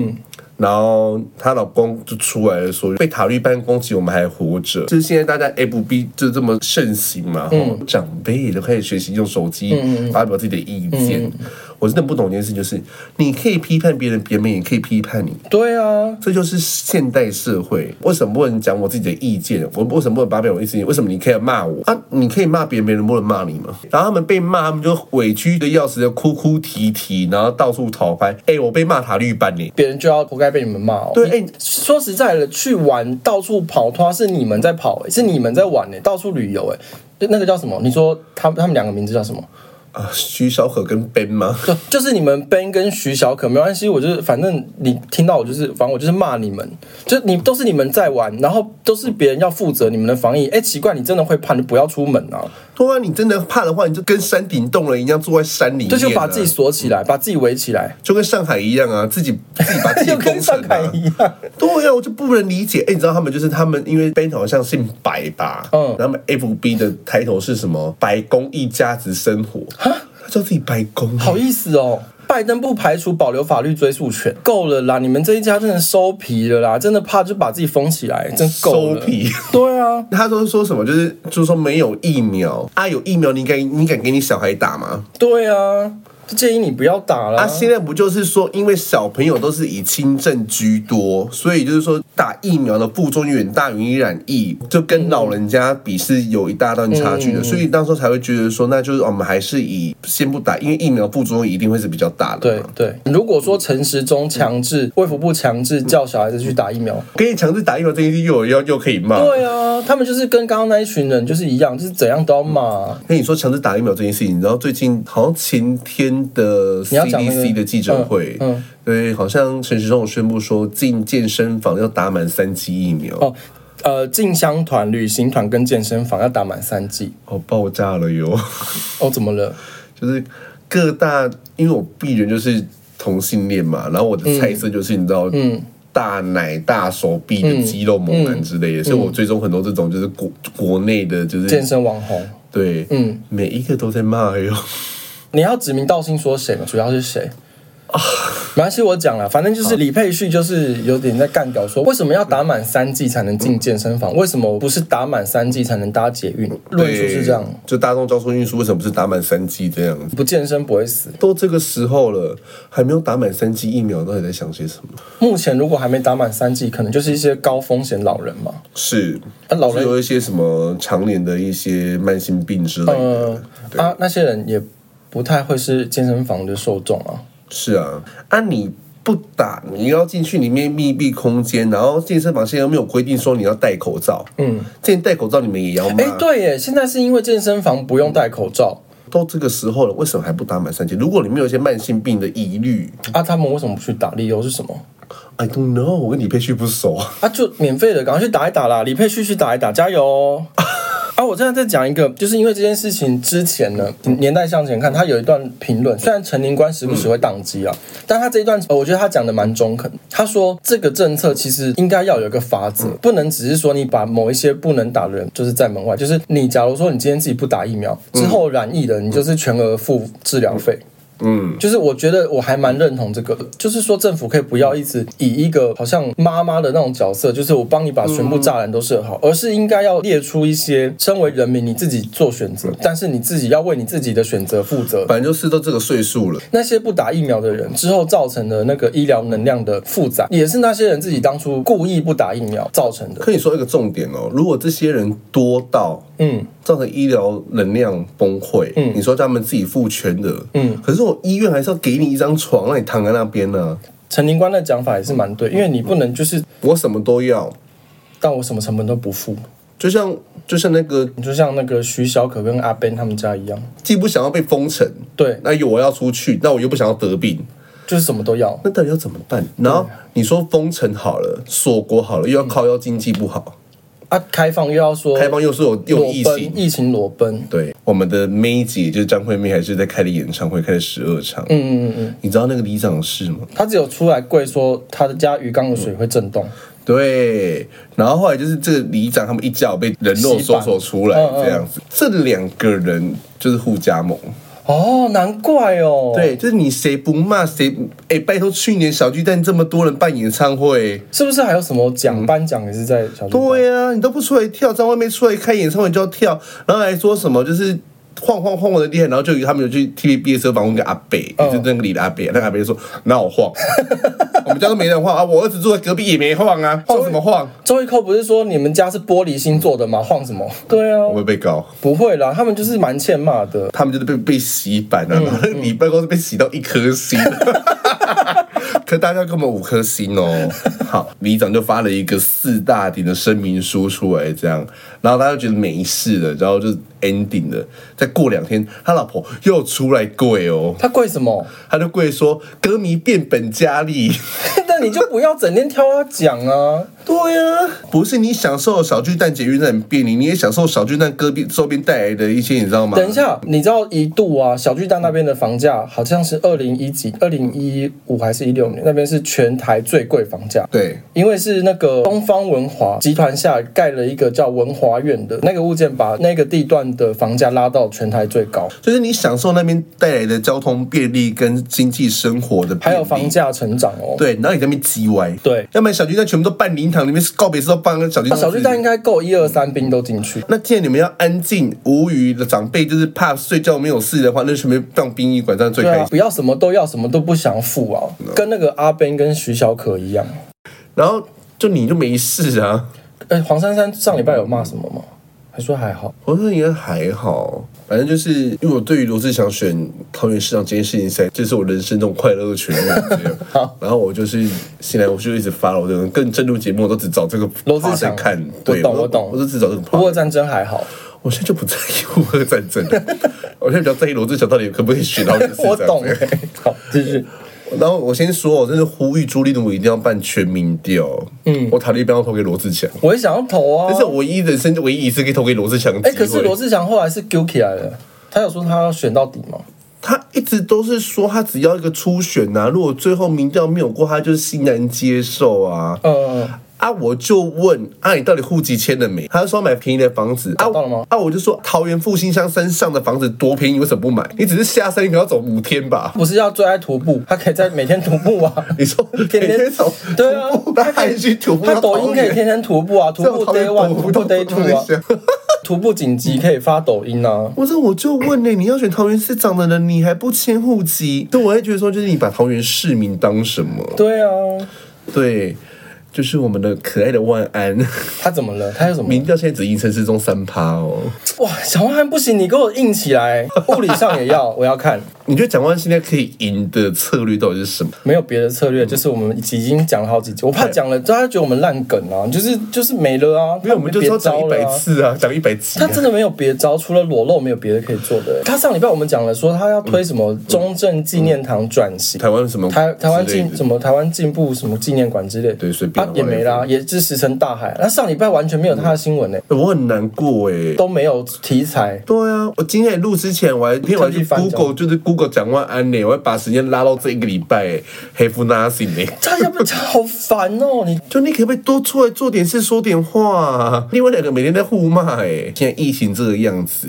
S2: 然后她老公就出来了说，被塔利班攻击，我们还活着。就是现在大家 FB 就这么盛行嘛，吼长辈也都开始学习用手机发表自己的意见。我真的不懂一件事，就是你可以批判别人，别人也可以批判你。
S1: 对啊，
S2: 这就是现代社会，为什么不能讲我自己的意见？我为什么不能发表我的意见？为什么你可以骂我啊？你可以骂别人，别人不能骂你吗？然后他们被骂，他们就委屈的要死的哭哭啼啼，然后到处讨拍。哎、我被骂塔绿班呢。
S1: 别人就要活该被你们骂哦。
S2: 对哎
S1: 你说实在的，去玩到处跑脱是你们在跑、哎，是你们在玩哎、到处旅游哎、就那个叫什么？你说他他们两个名字叫什么？
S2: 啊，徐小可跟 Ben 吗？
S1: 就就是你们 Ben 跟徐小可没关系，我就是反正你听到我就是，反正我就是骂你们，就你都是你们在玩，然后都是别人要负责你们的防疫。哎、奇怪，你真的会怕，你不要出门啊，
S2: 对啊，你真的怕的话，你就跟山顶洞人一样坐在山里面、啊，
S1: 这就把自己锁起来，把自己围起 来，
S2: 就跟上海一样啊，自己自己把自 己
S1: 就
S2: 封
S1: 跟
S2: 城
S1: 上海
S2: 啊。
S1: 一样。
S2: 对呀、我就不能理解。哎、你知道他们就是他们，因为 Ben 好像姓白吧，
S1: 嗯
S2: 然后他们 FB 的抬头是什么？白宫一家子生活，他叫自己白宫，
S1: 好意思哦。拜登不排除保留法律追诉权，够了啦！你们这一家真的收皮了啦，真的怕就把自己封起来，真够
S2: 收
S1: 了。
S2: 皮。
S1: 对啊，
S2: 他都是说什么？就是就是说没有疫苗啊，有疫苗你敢你敢给你小孩打吗？
S1: 对啊，就建议你不要打了。
S2: 啊，现在不就是说，因为小朋友都是以轻症居多，所以就是说打疫苗的副作用远大于染疫，就跟老人家比是有一大段差
S1: 嗯
S2: 距的，所以当时候才会觉得说，那就是哦我们还是以先不打，因为疫苗副作用一定会是比较大的
S1: 对
S2: 嘛。
S1: 对，如果说陈时中强制卫福部强制叫小孩子去打疫苗，
S2: 给你强制打疫苗这件事又有要又可以骂。
S1: 对啊，他们就是跟刚刚那一群人就是一样，就是怎样都要骂啊、
S2: 跟你说强制打疫苗这件事情，然后最近好像前天的
S1: 你要讲那个
S2: CDC 的记者会，
S1: 嗯嗯
S2: 对，好像陈时中有宣布说进健身房要打满三剂疫苗，
S1: 哦。呃，进香团、旅行团跟健身房要打满三剂。
S2: 哦，爆炸了哟！
S1: 哦，怎么了？
S2: 就是各大，因为我鄙人就是同性恋嘛，然后我
S1: 嗯
S2: 的菜色就是你知道，嗯。大奶大手臂
S1: 嗯
S2: 的肌肉猛男之类的，所以我追踪很多这种就是国国内的，就是
S1: 健身网红，
S2: 对，
S1: 嗯，
S2: 每一个都在骂哟。
S1: 你要指名道姓说谁吗？主要是谁？没关系，我讲了，反正就是李佩旭，就是有点在干掉，说为什么要打满三剂才能进健身房？为什么不是打满三剂才能搭捷运？ 论述是这样，
S2: 对，就大众交通运输为什么不是打满三剂这样子？
S1: 不健身不会死。
S2: 都这个时候了，还没有打满三剂疫苗，到底在想些什么？
S1: 目前如果还没打满三剂，可能就是一些高风险老人嘛。
S2: 是，
S1: 啊老人
S2: 是有一些什么常年的一些慢性病之类的。
S1: 嗯、啊，那些人也不太会是健身房的受众啊。
S2: 是啊，啊你不打，你要进去里面密闭空间，然后健身房现在又没有规定说你要戴口罩，嗯，之前戴口罩你们也要吗？
S1: 哎、对耶，现在是因为健身房不用戴口罩
S2: 都这个时候了，为什么还不打满三剂？如果你们有一些慢性病的疑虑
S1: 啊，他们为什么不去打？理由是什么？
S2: ，I don't know，我跟李佩旭不熟啊。
S1: 啊，就免费的，赶快去打一打啦！李佩旭去打一打，加油、哦！啊，我现在在讲一个，就是因为这件事情之前呢，年代向前看，他有一段评论，虽然陈宁官时不时会宕机啊，但他这一段，呃我觉得他讲的蛮中肯。他说这个政策其实应该要有一个法则，不能只是说你把某一些不能打的人就是在门外，就是你假如说你今天自己不打疫苗，之后染疫的你就是全额付治疗费。
S2: 嗯，
S1: 就是我觉得我还蛮认同这个，就是说政府可以不要一直以一个好像妈妈的那种角色，就是我帮你把全部栅栏都设好，而是应该要列出一些身为人民你自己做选择，但是你自己要为你自己的选择负责。
S2: 反正就是都这个岁数了。
S1: 那些不打疫苗的人之后造成的那个医疗能量的负载，也是那些人自己当初故意不打疫苗造成的。
S2: 可以说一个重点哦，如果这些人多到
S1: 嗯，
S2: 造成医疗能量崩溃，嗯，你说叫他们自己付全额，嗯，可是我医院还是要给你一张床让你躺在那边呢、啊
S1: 陈宁官的讲法也是蛮对，因为你不能就是
S2: 我什么都要，
S1: 但我什么成本都不付。
S2: 就像就像那个
S1: 你就像那个徐小可跟阿 Ben 他们家一样，
S2: 既不想要被封城，
S1: 对，
S2: 那有我要出去，那我又不想要得病，
S1: 就是什么都要。
S2: 那到底要怎么办？然后你说封城好了，锁国好了，又要靠要经济不好，
S1: 啊，开放又要说
S2: 开放又是有又有
S1: 裸
S2: 疫情
S1: 奔，，疫情裸奔，
S2: 对，我们的 May 姐就是张惠妹，还是在开了演唱会，开了十二场。
S1: 嗯嗯嗯，
S2: 你知道那个里长是吗？
S1: 他只有出来跪说他的家鱼缸的水会震动，
S2: 对，然后后来就是这个里长他们一叫被人肉搜索出来
S1: 洗版嗯嗯
S2: 这样子，这两个人就是互加盟。
S1: 哦，难怪哦，，
S2: 对，就是你谁不骂谁，哎，拜托，去年小巨蛋这么多人办演唱会，
S1: 是不是还有什么奖颁奖也是在小巨蛋
S2: 对呀、你都不出来跳，张惠妹出来开演唱会就要跳，然后还说什么就是。晃晃晃我的厉害，然后就他们有去 TVB 的时候访问一个阿北，
S1: 嗯
S2: 就是那个里的阿北，那个阿北就说哪有晃，我们家都没人晃啊，我儿子住在隔壁也没晃啊，晃什么晃？
S1: 周一蔻不是说你们家是玻璃心做的吗？晃什么？对啊
S2: 我，会被告，
S1: 不会啦，他们就是蛮欠骂的。
S2: 他们就是被被洗版了、然后你办公室被洗到一颗星，可大家给我们五颗星哦。好，里长就发了一个四大点的声明书出来，这样，然后大家就觉得没事了，然后就 ending 了。再过两天，他老婆又出来跪哦，
S1: 他跪什么？
S2: 他就跪说歌迷变本加厉。
S1: 那你就不要整天挑他讲 啊。
S2: 对呀、不是你享受小巨蛋捷运站便利，你也享受小巨蛋歌边周边带来的一些，你知道
S1: 啊
S2: 吗？
S1: 等一下，你知道一度啊，小巨蛋那边的房价好像是二零一几、二零一五还是一六年，那边是全台最贵房价。
S2: 对，
S1: 因为是那个东方文华集团下盖了一个叫文华苑的那个物件，把那个地段的房价拉到全台最高，
S2: 就是你享受那边带来的交通便利跟经济生活的便利，
S1: 还有房价成长哦。
S2: 对，然后你在那边叽歪，
S1: 对
S2: 要不然小巨蛋全部都办灵堂，里面是告别式都办个小巨
S1: 那
S2: 蛋，
S1: 小巨蛋应。该够一二三兵都进去。
S2: 那既然你们要安静无语的长辈，就是怕睡觉没有事的话，那全部放殡仪馆，这样最
S1: 对
S2: 开
S1: 啊，
S2: 心。
S1: 不要什么都要，什么都不想付啊，跟那个阿 Ben 跟徐小可一样。
S2: 然后就你就没事啊，
S1: 哎，黄珊珊上礼拜有骂什么吗？还说还好。
S2: 我哦说应该还好，反正就是因为我对于罗志祥选桃园市长这件事情，实在这是我人生中快乐的泉源。这 样然后我就是现在我就一直发了我的更正路节目，我都只找这个
S1: 罗志
S2: part 在
S1: 祥
S2: 看，
S1: 我
S2: 对，
S1: 懂
S2: 都
S1: 我懂
S2: 我就只找这个
S1: 不
S2: part。
S1: 过战争还好，
S2: 我现在就不在意乌俄战争了， 我现在比较在意罗志祥到底可不可以选到
S1: 我懂
S2: 这样子
S1: 哎。好，继续。
S2: 然后我先说，我真的呼吁朱立伦一定要办全民调。嗯，我塔利班要投给罗志祥，
S1: 我也想要投啊
S2: 这。是我唯一人生唯一一次可以投给罗志祥的机
S1: 哎，
S2: 会。
S1: 可是罗志祥后来是揪起来了，他有说他要选到底吗？
S2: 他一直都是说他只要一个初选呐、如果最后民调没有过，他就是欣然接受啊。
S1: 嗯。
S2: 啊，我就问啊，你到底户籍迁了没？他就说买便宜的房子，啊
S1: 找到了吗
S2: 啊，我就说桃园复兴乡山上的房子多便宜，为什么不买？你只是下山，你可能要走五天吧？ 。
S1: 不是要最爱徒步，他可以在每天徒步啊
S2: 你说 每
S1: 天
S2: 天走
S1: 对啊
S2: 徒步，
S1: 他
S2: 他
S1: 可
S2: 还
S1: 以
S2: 去徒步
S1: 他
S2: 到
S1: 抖
S2: 桃
S1: 音可以
S2: 园
S1: 天天徒步啊，徒
S2: 这样
S1: 步
S2: 桃园
S1: day one，
S2: 徒步
S1: 徒
S2: 到
S1: 步 day
S2: 桃
S1: two
S2: 园
S1: 啊
S2: 乡，
S1: 徒步紧急可以发抖音啊。
S2: 我这我就问呢、你要选桃园市长的人，你还不迁户籍？对，我会觉得说，就是你把桃园市民当什么？
S1: 对啊，
S2: 对，就是我们的可爱的万安，
S1: 他怎么了？他有什么？
S2: 民调现在只赢城市中三趴哦。
S1: 哇，蒋万安不行，你给我硬起来，物理上也要，我 要看。
S2: 你觉得蒋万安现在可以赢的策略到底是什么？
S1: 没有别的策
S2: 嗯
S1: 略，就是我们已经讲了好几集，我怕讲了，大家觉得我们烂梗啊，就是就是没了啊。
S2: 因为我们就
S1: 别
S2: 说
S1: 招
S2: 讲一
S1: 了
S2: 百
S1: 啊
S2: 次啊，讲一百集、
S1: 他
S2: 啊。
S1: 真的没有别招，除了裸露没有别的可以做的。他上礼拜我们讲了，说他要推什么中正纪念堂转型，
S2: 台湾什么
S1: 台台湾
S2: 嗯之类的
S1: 进什么台湾进步什么纪念馆之类的，
S2: 对随便
S1: 啊也没啦，也是石沉大海。那上礼拜完全没有他的新闻呢、
S2: 我很难过哎、
S1: 都没有题材。
S2: 对啊，我今天录之前，我还今天晚上去
S1: 特地翻
S2: Google，就是 Google 蒋万安呢、我会把时间拉到这一个礼拜、欸、，Have nothing 欸呢、
S1: 大家不好烦哦，你
S2: 就你可不可以多出来做点事、说点话、啊？另外两个每天在互骂、欸，现在疫情这个样子，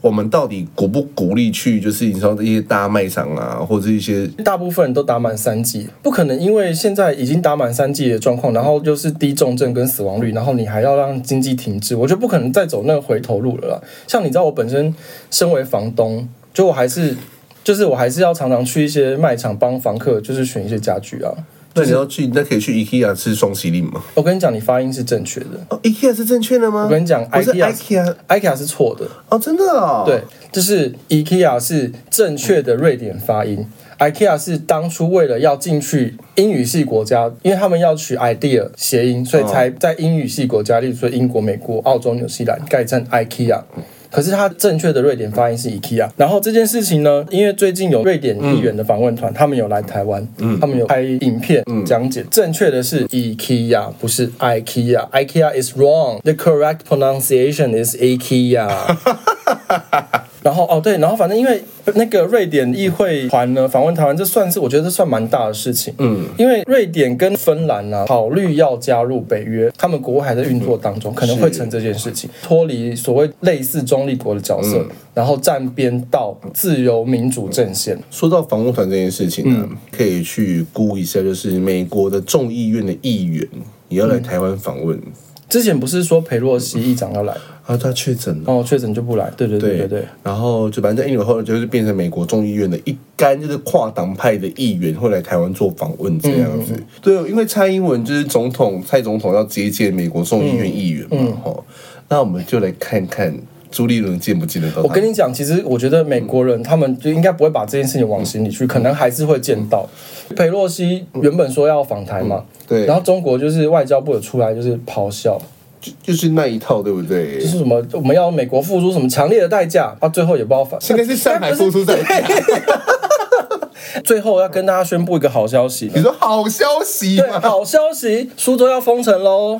S2: 我们到底鼓不鼓励去？就是你知道这些大卖场啊，或者是一些
S1: 大部分人都打满三剂，不可能因为现在已经打满三剂的状况，然后又是低重症跟死亡率，然后你还要让经济停滞，我觉得不可能再走那个回头路了啦。像你知道，我本身身为房东，就我还是就是我还是要常常去一些卖场帮房客就是选一些家具啊。
S2: 那你要去，那可以去 IKEA 吃双喜令吗？
S1: 我跟你讲，你发音是正确的。
S2: 哦，IKEA 是正确的吗？
S1: 我跟你讲
S2: 不是
S1: IKEA
S2: IKEA
S1: IKEA 是错的，
S2: 哦，真的哦。
S1: 对，就是 IKEA 是正确的瑞典发音 IKEA 是当初为了要进去英语系国家，因为他们要取 idea 谐音，所以才在英语系国家，例如说英国、美国、澳洲、纽西兰盖成 IKEA。可是它正确的瑞典发音是 IKEA。然后这件事情呢，因为最近有瑞典议员的访问团，他们有来台湾，他们有拍影片讲解，正确的是 IKEA，不是 IKEA。IKEA is wrong. The correct pronunciation is IKEA。然后哦对，然后反正因为那个瑞典议会团呢访问台湾，这算是我觉得这算蛮大的事情。嗯，因为瑞典跟芬兰啊考虑要加入北约，他们国会还在运作当中，可能会成这件事情，脱离所谓类似中立国的角色，然后站边到自由民主阵线。
S2: 说到防务团这件事情呢，可以去估一下，就是美国的众议院的议员也要来台湾访问，
S1: 之前不是说裴洛西议长要来，
S2: 啊，他确诊了。
S1: 然后确诊就不来，对对对对对。
S2: 然后就反正在一年后就是变成美国众议院的一干，就是跨党派的议员会来台湾做访问这样
S1: 嗯
S2: 子。对，因为蔡英文就是总统，蔡总统要接见美国众议院议员
S1: 嗯
S2: 嘛，哈、那我们就来看看朱立伦见不见得到他。
S1: 我跟你讲，其实我觉得美国人他们就应该不会把这件事情往心里去，可能还是会见到。佩洛西原本说要访台嘛，
S2: 对
S1: 然后中国就是外交部有出来就是咆哮，
S2: 就就是那一套，对不对
S1: 就？是什么我们要美国付出什么强烈的代价，啊，最后哎也不知道反。
S2: 现在是上海付 出代价。
S1: 最后要跟大家宣布一个好消息，
S2: 你说好消息
S1: 对，
S2: 吗？
S1: 好消息，苏州要封城喽。